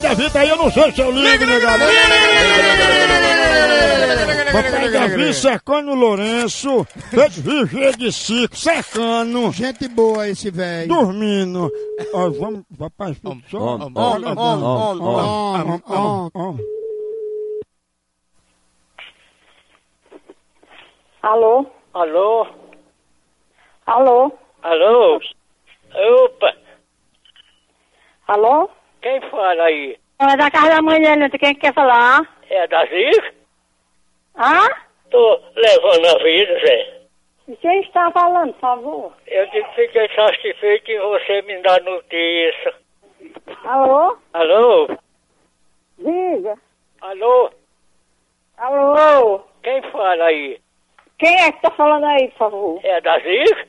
minha vida aí, eu não sei se eu ligo, né, galera? Papai Davi cercando o Lourenço, fez vigia de circo, cercando, Gente boa esse velho. dormindo. Ó, vamos, papai, só... Om, om, om, om, om. Ó, ó, ó. Alô? Alô? Alô? Alô? Opa! Alô? Quem fala aí? É da casa da mãe dele, quem é que quer falar? É da Zica? Hã? Tô levando a vida, Zé. Quem está falando, por favor? Eu digo, fiquei satisfeito em você me dar notícia. Alô? Alô? Diga. Alô? Alô? Quem fala aí? Quem é que está falando aí, por favor? É da Zica?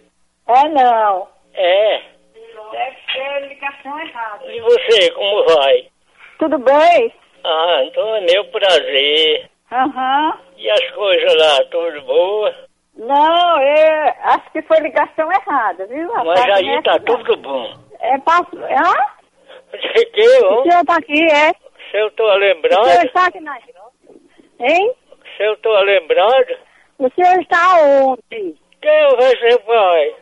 É não. É. Deve ser ligação errada. E você, como vai? Tudo bem? Ah, então é meu prazer. Aham. E as coisas lá, tudo boa? Não, eu acho que foi ligação errada, viu? Mas rapaz? Não é aí tá assim, não. tudo bom. É passo... Hã? Sei que, O ó, senhor tá aqui, é? se eu tô O senhor lembrado, está aqui na... Hein? se eu tô lembrado, O senhor está onde? quem é o você vai?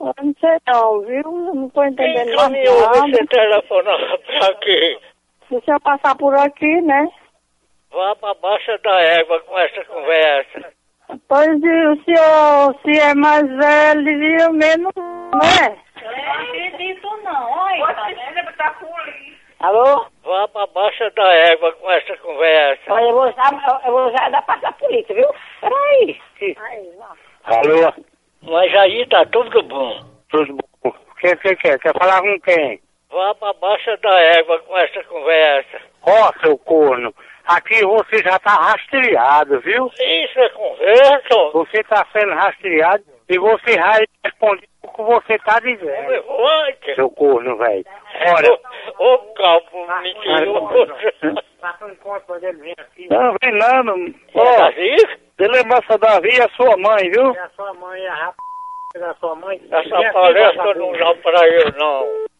Eu não sei não, viu? Eu Não estou Quem entendendo mais caminhou você nada. telefonava pra quê? Se o senhor passar por aqui, né? Vá pra baixa da égua com essa conversa. Pois e o senhor, se é mais velho, eu mesmo, né? Alô? Vá pra baixa da égua com essa conversa. Olha, eu vou usar, eu vou usar da parte da polícia, viu? Peraí. Alô? Mas aí tá tudo bom. Tudo bom? O que você quer? Quer falar com quem? Vá pra baixa da égua com essa conversa. Ó, seu corno, aqui você já tá rastreado, viu? Isso é conversa? ó. Você tá sendo rastreado e você vai responder o que você tá dizendo. Levante. Seu corno, velho. Olha, Ô, ô calmo, mentiroso. um não vem não, não. É da Ó, Zica? de lembrança da Davi É a sua mãe, viu? é um Essa palestra não dá pra eu, não.